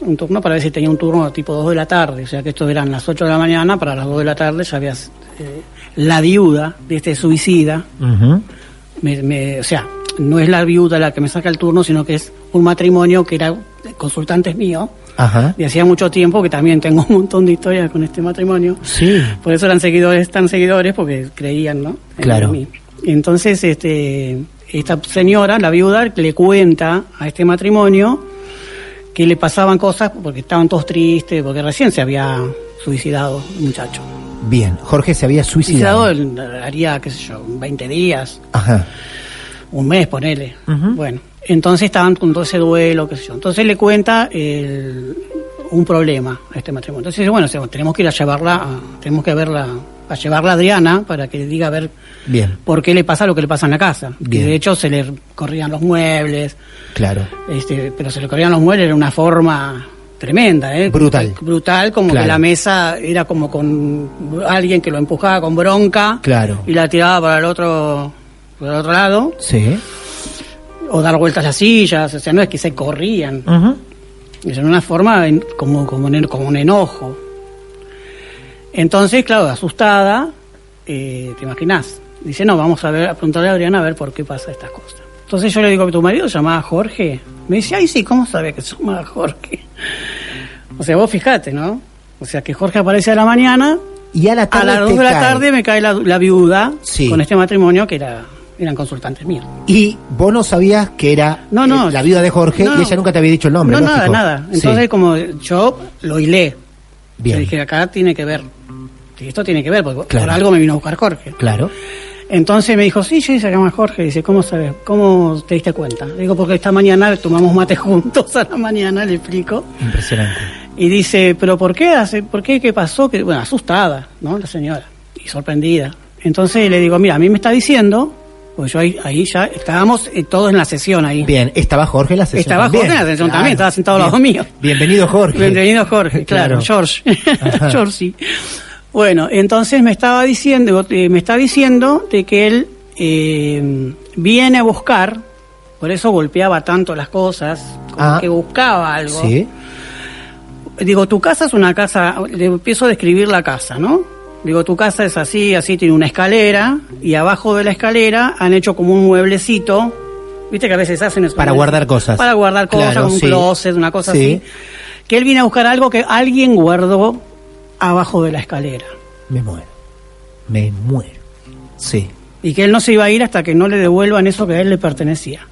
[SPEAKER 2] un turno para ver si tenía un turno tipo 2 de la tarde, o sea que esto eran las 8 de la mañana, para las 2 de la tarde ya habías eh, la viuda de este suicida,
[SPEAKER 1] Ujú.
[SPEAKER 2] me- me- o sea, no es la viuda la que me saca el turno, sino que es un matrimonio que era consultantes míos,
[SPEAKER 1] Ajá.
[SPEAKER 2] y hacía mucho tiempo que también tengo un montón de historias con este matrimonio.
[SPEAKER 1] Sí.
[SPEAKER 2] Por eso eran seguidores, tan seguidores, porque creían, ¿no? En
[SPEAKER 1] Claro.
[SPEAKER 2] mí. Entonces, este, esta señora, la viuda, le cuenta a este matrimonio que le pasaban cosas porque estaban todos tristes, porque recién se había suicidado el muchacho.
[SPEAKER 1] Bien. Jorge se había
[SPEAKER 2] Suicidado
[SPEAKER 1] suicidado.
[SPEAKER 2] el- haría, qué sé yo, 20 días,
[SPEAKER 1] Ajá.
[SPEAKER 2] un mes, ponele.
[SPEAKER 1] Ujú.
[SPEAKER 2] Bueno, entonces estaban con todo ese duelo, qué sé yo. Entonces le cuenta el- un problema a este matrimonio. Entonces, bueno, o sea, tenemos que ir a llevarla, a- tenemos que verla, a llevarla a Adriana para que le diga a ver
[SPEAKER 1] Bien.
[SPEAKER 2] por qué le pasa lo que le pasa en la casa. Que
[SPEAKER 1] Bien.
[SPEAKER 2] de hecho se le corrían los muebles,
[SPEAKER 1] Claro.
[SPEAKER 2] este, pero se le corrían los muebles de una forma tremenda, ¿eh?
[SPEAKER 1] Brutal.
[SPEAKER 2] Brutal, como
[SPEAKER 1] Claro.
[SPEAKER 2] que la mesa era como con alguien que lo empujaba con bronca
[SPEAKER 1] Claro.
[SPEAKER 2] y la tiraba para el otro, para el otro lado
[SPEAKER 1] Sí.
[SPEAKER 2] o dar vueltas las sillas, o sea, no es que se corrían,
[SPEAKER 1] Ujú.
[SPEAKER 2] es en una forma en- como, como, un en- como un enojo. Entonces, claro, asustada, eh, te imaginas, dice, no, vamos a ver, a preguntarle a Adriana a ver por qué pasa estas cosas. Entonces yo le digo, ¿tu marido se llamaba Jorge? Me dice, ay, sí, ¿cómo sabe que se llamaba Jorge? O sea, vos fijate, ¿no? O sea, que Jorge aparece a la mañana,
[SPEAKER 1] Y a la
[SPEAKER 2] a
[SPEAKER 1] tarde.
[SPEAKER 2] las
[SPEAKER 1] te
[SPEAKER 2] 2 de la
[SPEAKER 1] cae.
[SPEAKER 2] tarde me cae la, la viuda
[SPEAKER 1] Sí.
[SPEAKER 2] con este matrimonio que era, eran consultantes míos.
[SPEAKER 1] Y vos no sabías que era
[SPEAKER 2] No, no.
[SPEAKER 1] eh, la viuda de Jorge
[SPEAKER 2] No,
[SPEAKER 1] y
[SPEAKER 2] no.
[SPEAKER 1] ella nunca te había dicho el nombre.
[SPEAKER 2] No,
[SPEAKER 1] lógico.
[SPEAKER 2] nada, nada. Entonces,
[SPEAKER 1] Sí.
[SPEAKER 2] como yo lo hilé.
[SPEAKER 1] Bien.
[SPEAKER 2] Yo dije, acá tiene que ver. Esto tiene que ver, porque
[SPEAKER 1] Claro.
[SPEAKER 2] por algo me vino a buscar Jorge.
[SPEAKER 1] Claro.
[SPEAKER 2] Entonces me dijo, sí, sí, se llama Jorge. Dice, ¿cómo sabes? ¿Cómo te diste cuenta? Le Digo, porque esta mañana tomamos mate <laughs> juntos a la mañana, le explico.
[SPEAKER 1] Impresionante.
[SPEAKER 2] Y dice, ¿pero por qué? hace- ¿Por qué? ¿Qué pasó? Que, bueno, asustada, ¿no? La señora. Y sorprendida. Entonces le digo, mira, a mí me está diciendo, pues yo ahí, ahí ya estábamos eh, todos en la sesión ahí.
[SPEAKER 1] Bien, estaba Jorge en la sesión.
[SPEAKER 2] Estaba
[SPEAKER 1] también.
[SPEAKER 2] Jorge en la sesión también, estaba sentado al
[SPEAKER 1] Bien.
[SPEAKER 2] lado mío.
[SPEAKER 1] Bienvenido Jorge. <laughs>
[SPEAKER 2] Bienvenido Jorge, claro,
[SPEAKER 1] Claro.
[SPEAKER 2] George.
[SPEAKER 1] Ajá.
[SPEAKER 2] George, sí. Bueno, entonces me estaba diciendo, eh, me está diciendo de que él eh, viene a buscar, por eso golpeaba tanto las cosas, como
[SPEAKER 1] Ah.
[SPEAKER 2] que buscaba algo.
[SPEAKER 1] Sí.
[SPEAKER 2] Digo, tu casa es una casa, le empiezo a describir la casa, ¿no? Digo, tu casa es así, así tiene una escalera y abajo de la escalera han hecho como un mueblecito. Viste que a veces hacen eso.
[SPEAKER 1] Para guardar cosas.
[SPEAKER 2] Para guardar cosas,
[SPEAKER 1] Claro,
[SPEAKER 2] un
[SPEAKER 1] sí.
[SPEAKER 2] closet, una cosa
[SPEAKER 1] Sí.
[SPEAKER 2] así. Que él viene a buscar algo que alguien guardó abajo de la escalera.
[SPEAKER 1] Me muero. Me muero. Sí.
[SPEAKER 2] Y que él no se iba a ir hasta que no le devuelvan eso que a él le pertenecía.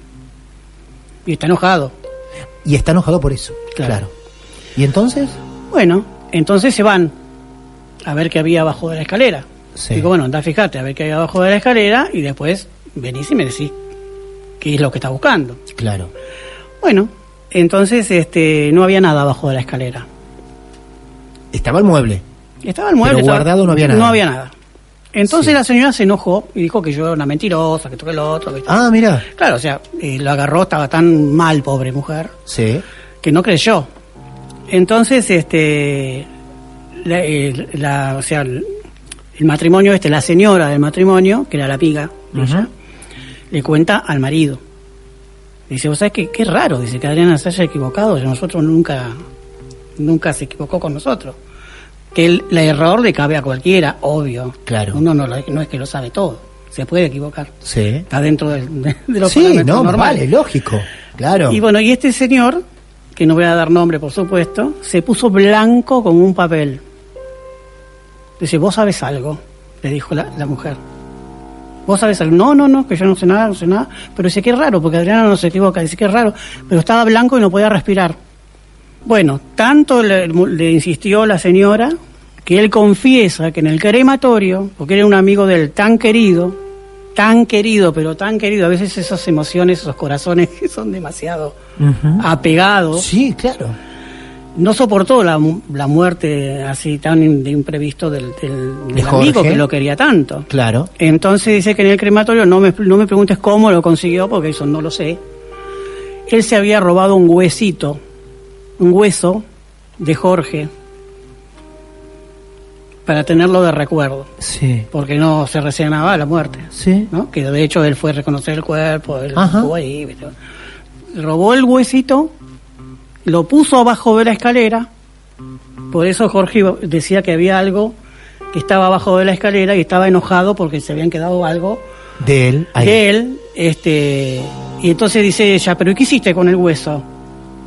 [SPEAKER 2] Y está enojado.
[SPEAKER 1] Y está enojado por eso. Claro.
[SPEAKER 2] Claro.
[SPEAKER 1] ¿Y entonces?
[SPEAKER 2] Bueno, entonces se van a ver qué había abajo de la escalera.
[SPEAKER 1] Sí.
[SPEAKER 2] Digo, bueno, anda, fíjate a ver qué hay abajo de la escalera y después venís y me decís qué es lo que está buscando.
[SPEAKER 1] Claro.
[SPEAKER 2] Bueno, entonces este, no había nada abajo de la escalera.
[SPEAKER 1] Estaba el mueble.
[SPEAKER 2] Estaba el mueble.
[SPEAKER 1] Pero
[SPEAKER 2] estaba-
[SPEAKER 1] guardado no había nada.
[SPEAKER 2] No había nada. Entonces
[SPEAKER 1] Sí.
[SPEAKER 2] la señora se enojó y dijo que yo era una mentirosa, que toqué lo otro. Que...
[SPEAKER 1] Ah, mira.
[SPEAKER 2] Claro, o sea, eh, lo agarró, estaba tan mal, pobre mujer.
[SPEAKER 1] Sí.
[SPEAKER 2] que no creyó. Entonces, este, la, el- la- o sea, el, el matrimonio este, la señora del matrimonio, que era la piga, ella, le cuenta al marido. Dice, ¿vos sabés qué, qué raro? Dice que Adriana se haya equivocado, que nosotros nunca, nunca se equivocó con nosotros. Que el, el error le cabe a cualquiera, obvio.
[SPEAKER 1] Claro.
[SPEAKER 2] Uno no, lo- no es que lo sabe todo, se puede equivocar.
[SPEAKER 1] Sí.
[SPEAKER 2] Está dentro del- <laughs> de, de los
[SPEAKER 1] sí,
[SPEAKER 2] parámetros
[SPEAKER 1] no,
[SPEAKER 2] normales.
[SPEAKER 1] vale, lógico. Claro.
[SPEAKER 2] Y bueno, y este señor, que no voy a dar nombre por supuesto, se puso blanco con un papel. Dice, vos sabes algo, le dijo la, la mujer. Vos sabes algo. No, no, no, que yo no sé nada, no sé nada. Pero dice, qué raro, porque Adriana no se equivoca. Dice, qué raro. Pero estaba blanco y no podía respirar. Bueno, tanto le, le insistió la señora que él confiesa que en el crematorio, porque era un amigo del tan querido, tan querido, pero tan querido, a veces esas emociones, esos corazones <laughs> que son demasiado
[SPEAKER 1] Ujú.
[SPEAKER 2] apegados,
[SPEAKER 1] Sí, claro.
[SPEAKER 2] no soportó la, mu- la muerte así tan in- de imprevisto del, del-
[SPEAKER 1] De
[SPEAKER 2] del
[SPEAKER 1] Jorge.
[SPEAKER 2] amigo que lo quería tanto.
[SPEAKER 1] Claro.
[SPEAKER 2] Entonces dice que en el crematorio, no me, no me preguntes cómo lo consiguió, porque eso no lo sé. Él se había robado un huesito, un hueso de Jorge, para tenerlo de recuerdo,
[SPEAKER 1] Sí.
[SPEAKER 2] porque no se resignaba a la muerte.
[SPEAKER 1] Sí.
[SPEAKER 2] ¿no? Que de hecho él fue a reconocer el cuerpo, él
[SPEAKER 1] Ajá.
[SPEAKER 2] estuvo ahí, ¿viste? robó el huesito, lo puso abajo de la escalera, por eso Jorge iba- decía que había algo que estaba abajo de la escalera y estaba enojado porque se habían quedado algo
[SPEAKER 1] De él. ahí.
[SPEAKER 2] de él, este, y entonces dice ella, pero ¿y qué hiciste con el hueso?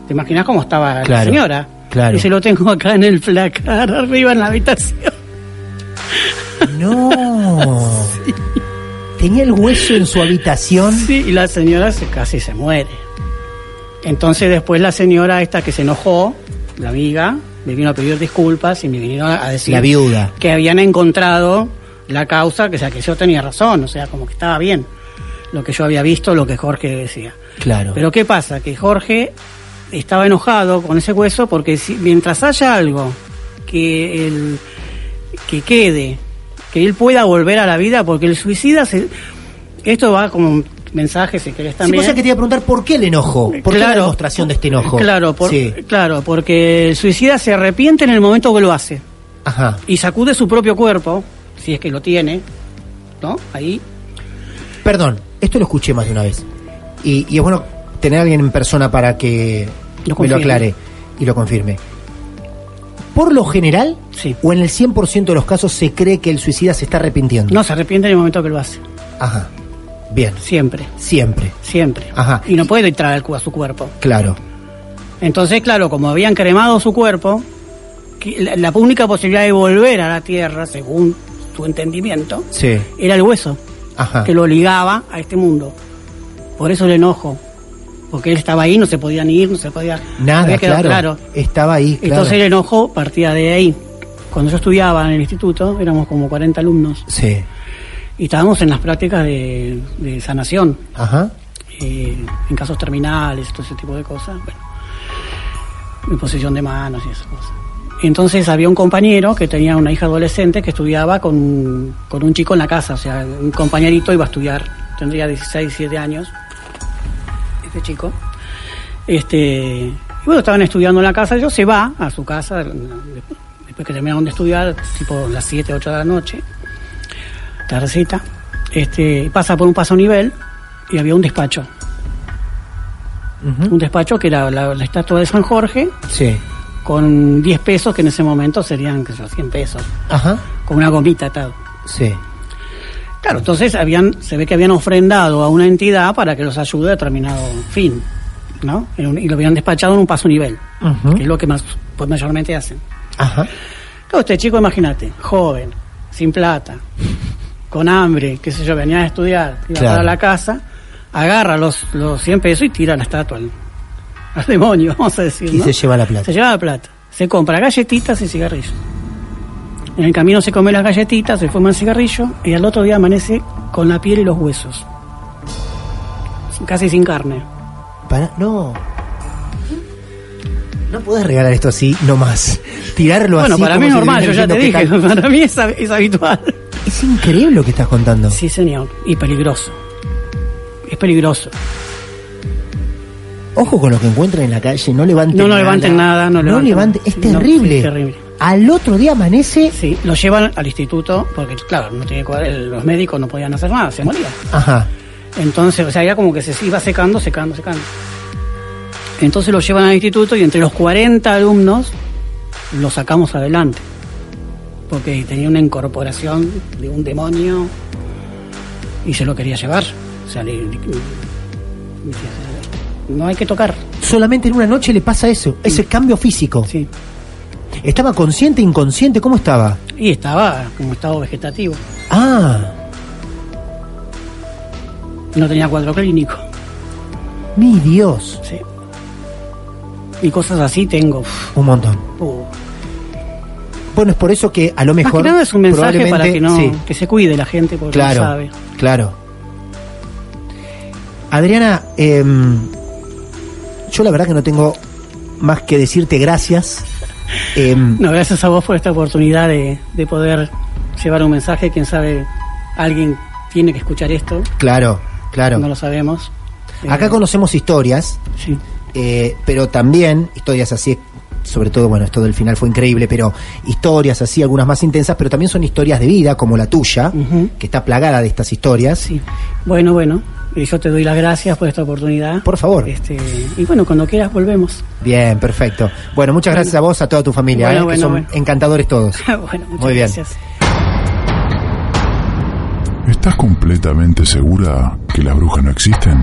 [SPEAKER 2] ¿Te imaginas cómo estaba
[SPEAKER 1] Claro,
[SPEAKER 2] la señora?
[SPEAKER 1] claro.
[SPEAKER 2] Y se lo tengo acá en el placar, <laughs> arriba en la habitación. <laughs>
[SPEAKER 1] No. Tenía el hueso en su habitación.
[SPEAKER 2] Sí, y la señora se- casi se muere. Entonces después la señora esta que se enojó, la amiga, me vino a pedir disculpas y me vinieron a a decir
[SPEAKER 1] La viuda.
[SPEAKER 2] que habían encontrado la causa, que, o sea, que yo tenía razón, o sea, como que estaba bien lo que yo había visto, lo que Jorge decía.
[SPEAKER 1] Claro.
[SPEAKER 2] Pero ¿qué pasa? Que Jorge estaba enojado con ese hueso porque si- mientras haya algo que, el, que quede, que él pueda volver a la vida, porque el suicida, se- esto va como mensaje, si querés
[SPEAKER 1] Sí,
[SPEAKER 2] también.
[SPEAKER 1] cosa pues, que te iba a preguntar por qué el enojo, por qué la demostración de este enojo.
[SPEAKER 2] Claro, por-
[SPEAKER 1] Sí.
[SPEAKER 2] claro, porque el suicida se arrepiente en el momento que lo hace
[SPEAKER 1] Ajá.
[SPEAKER 2] y sacude su propio cuerpo, si es que lo tiene, ¿no? Ahí.
[SPEAKER 1] Perdón, esto lo escuché más de una vez. Y, y es bueno tener a alguien en persona para que
[SPEAKER 2] Lo
[SPEAKER 1] me lo
[SPEAKER 2] confirme.
[SPEAKER 1] aclare y lo confirme. Por lo general,
[SPEAKER 2] Sí.
[SPEAKER 1] o en el 100% de los casos, se cree que el suicida se está arrepintiendo.
[SPEAKER 2] No, se arrepiente en el momento que lo hace.
[SPEAKER 1] Ajá. Bien.
[SPEAKER 2] Siempre,
[SPEAKER 1] Siempre.
[SPEAKER 2] siempre.
[SPEAKER 1] Ajá.
[SPEAKER 2] Y no puede entrar al cu- a su cuerpo.
[SPEAKER 1] Claro.
[SPEAKER 2] Entonces, claro, como habían cremado su cuerpo, que- la, la única posibilidad de volver a la tierra, según su entendimiento,
[SPEAKER 1] Sí.
[SPEAKER 2] era el hueso
[SPEAKER 1] Ajá.
[SPEAKER 2] que lo ligaba a este mundo. Por eso el enojo. Porque él estaba ahí, no se podía ni ir, no se podía.
[SPEAKER 1] Nada,
[SPEAKER 2] había quedado
[SPEAKER 1] claro. Estaba ahí, claro.
[SPEAKER 2] Entonces el enojo partía de ahí. Cuando yo estudiaba en el instituto, éramos como 40 alumnos
[SPEAKER 1] Sí.
[SPEAKER 2] y estábamos en las prácticas de, de sanación,
[SPEAKER 1] Ajá.
[SPEAKER 2] eh, en casos terminales, todo ese tipo de cosas, bueno, en posesión de manos y esas cosas. Entonces había un compañero que tenía una hija adolescente que estudiaba con, con un chico en la casa, o sea, un compañerito iba a estudiar, tendría 16, 17 años, este chico. Este, y bueno, estaban estudiando en la casa, yo se va a su casa, después que terminaron de estudiar, tipo las 7, 8 de la noche, tardecita, este, pasa por un paso nivel y había un despacho. Un despacho que era la, la estatua de San Jorge
[SPEAKER 1] Sí.
[SPEAKER 2] con 10 pesos, que en ese momento serían, qué sé yo, 100 pesos,
[SPEAKER 1] Ajá.
[SPEAKER 2] con una gomita atado.
[SPEAKER 1] Sí.
[SPEAKER 2] Claro, entonces habían, se ve que habían ofrendado a una entidad para que los ayude a determinado fin, ¿no? En un- y lo habían despachado en un paso nivel,
[SPEAKER 1] Ujú.
[SPEAKER 2] que es lo que más, pues mayormente hacen.
[SPEAKER 1] Ajá.
[SPEAKER 2] Claro, este chico, imagínate, joven, sin plata, con hambre, qué sé yo, venía a estudiar, iba
[SPEAKER 1] Claro.
[SPEAKER 2] para la casa, agarra los, los 100 pesos y tira la estatua al, al demonio, <laughs> vamos a decir.
[SPEAKER 1] Y
[SPEAKER 2] ¿no?
[SPEAKER 1] se lleva la plata.
[SPEAKER 2] Se lleva la plata. Se compra galletitas y cigarrillos. En el camino se come las galletitas, se fuma el cigarrillo y al otro día amanece con la piel y los huesos. Casi sin carne.
[SPEAKER 1] Para, no. No podés regalar esto así nomás. Tirarlo
[SPEAKER 2] bueno,
[SPEAKER 1] así.
[SPEAKER 2] para
[SPEAKER 1] como
[SPEAKER 2] mí es
[SPEAKER 1] si
[SPEAKER 2] normal, yo
[SPEAKER 1] estuvieras
[SPEAKER 2] ya te dije,
[SPEAKER 1] diciendo que
[SPEAKER 2] <laughs> para mí es, hab- es habitual.
[SPEAKER 1] tal. Es increíble lo que estás contando.
[SPEAKER 2] Sí, señor, y peligroso. Es peligroso.
[SPEAKER 1] Ojo con lo que encuentran en la calle. No levanten
[SPEAKER 2] No,
[SPEAKER 1] nada.
[SPEAKER 2] no levanten nada, no levanten
[SPEAKER 1] levanten-
[SPEAKER 2] nada.
[SPEAKER 1] Es
[SPEAKER 2] Sí, no,
[SPEAKER 1] terrible.
[SPEAKER 2] es terrible.
[SPEAKER 1] Al otro día amanece.
[SPEAKER 2] Sí, lo llevan al instituto porque, claro, no tiene cuadra- los médicos no podían hacer nada, se moría.
[SPEAKER 1] Ajá.
[SPEAKER 2] Entonces, o sea, era como que se iba secando, secando, secando. Entonces lo llevan al instituto y entre los 40 alumnos lo sacamos adelante. Porque tenía una incorporación de un demonio y se lo quería llevar. O sea, le- le- le- no hay que tocar.
[SPEAKER 1] Solamente en una noche le pasa eso. Ese cambio físico.
[SPEAKER 2] Sí.
[SPEAKER 1] ¿Estaba consciente, inconsciente? ¿Cómo estaba?
[SPEAKER 2] Y estaba como estado vegetativo.
[SPEAKER 1] Ah,
[SPEAKER 2] No tenía cuadro clínico.
[SPEAKER 1] mi Dios.
[SPEAKER 2] Sí. Y cosas así tengo. uf,
[SPEAKER 1] Un montón.
[SPEAKER 2] uh.
[SPEAKER 1] Bueno, es por eso que a lo
[SPEAKER 2] Más
[SPEAKER 1] mejor.
[SPEAKER 2] que nada es un mensaje para
[SPEAKER 1] probablemente-
[SPEAKER 2] que no
[SPEAKER 1] sí.
[SPEAKER 2] que se cuide la gente porque
[SPEAKER 1] Claro,
[SPEAKER 2] no sabe.
[SPEAKER 1] claro. Adriana, em, yo la verdad que no tengo más que decirte
[SPEAKER 2] <laughs>
[SPEAKER 1] gracias. Em,
[SPEAKER 2] No, gracias a vos por esta oportunidad de, de poder llevar un mensaje. Quién sabe, alguien tiene que escuchar esto.
[SPEAKER 1] Claro, claro.
[SPEAKER 2] No lo sabemos.
[SPEAKER 1] Acá
[SPEAKER 2] Eh,
[SPEAKER 1] conocemos historias,
[SPEAKER 2] sí.
[SPEAKER 1] eh, pero también historias así, sobre todo, bueno, esto del final fue increíble, pero historias así, algunas más intensas, pero también son historias de vida, como la tuya,
[SPEAKER 2] Ujú.
[SPEAKER 1] que está plagada de estas historias.
[SPEAKER 2] Sí. Bueno, bueno. Y yo te doy las gracias por esta oportunidad.
[SPEAKER 1] Por favor.
[SPEAKER 2] Este, y bueno, cuando quieras volvemos. <laughs>
[SPEAKER 1] Bien, perfecto. Bueno, muchas gracias a vos, a toda tu familia,
[SPEAKER 2] Bueno,
[SPEAKER 1] eh, que
[SPEAKER 2] bueno,
[SPEAKER 1] son
[SPEAKER 2] bueno.
[SPEAKER 1] encantadores
[SPEAKER 2] <laughs>
[SPEAKER 1] todos.
[SPEAKER 2] bueno, muchas
[SPEAKER 1] Muy bien.
[SPEAKER 2] gracias.
[SPEAKER 3] ¿Estás completamente segura que las brujas no existen?